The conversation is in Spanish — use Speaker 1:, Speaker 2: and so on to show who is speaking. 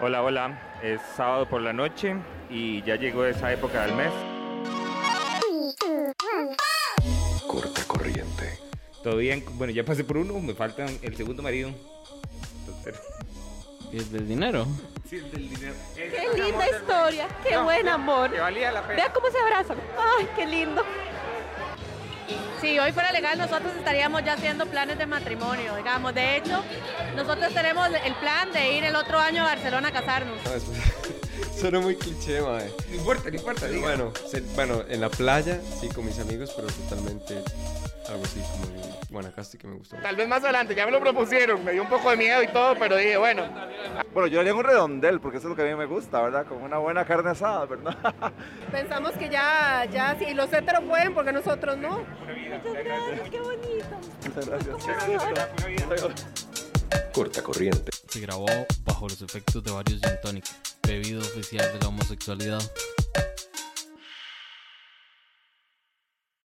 Speaker 1: Hola, hola. Es sábado por la noche y ya llegó esa época del mes.
Speaker 2: Corte corriente.
Speaker 1: Todavía, en- bueno, ya pasé por uno, me falta el segundo marido.
Speaker 3: ¿Es del dinero?
Speaker 1: Sí, el del dinero.
Speaker 4: Qué linda historia, qué buen amor.
Speaker 1: Que valía la pena.
Speaker 4: Vea cómo se abrazan. Ay, qué lindo. Si hoy fuera legal, nosotros estaríamos ya haciendo planes de matrimonio, digamos. De hecho, nosotros tenemos el plan de ir el otro año a Barcelona a casarnos.
Speaker 2: No, Ah, eso suena muy cliché, mae.
Speaker 1: No importa, no importa.
Speaker 2: Pero
Speaker 1: diga.
Speaker 2: bueno, se- bueno, en la playa, sí, con mis amigos, pero totalmente algo así como en Guanacaste que me gustó.
Speaker 5: Tal vez más adelante, ya me lo propusieron, me dio un poco de miedo y todo, pero dije, bueno.
Speaker 6: Bueno, yo haría un redondel, porque eso es lo que a mí me gusta, ¿verdad? Con una buena carne asada, ¿verdad?
Speaker 7: Pensamos que ya, ya, si los héteros pueden, porque nosotros no.
Speaker 4: qué bonito.
Speaker 6: Muchas gracias.
Speaker 2: Corta corriente.
Speaker 3: Se grabó bajo los efectos de varios gin tonic, bebida oficial de la homosexualidad.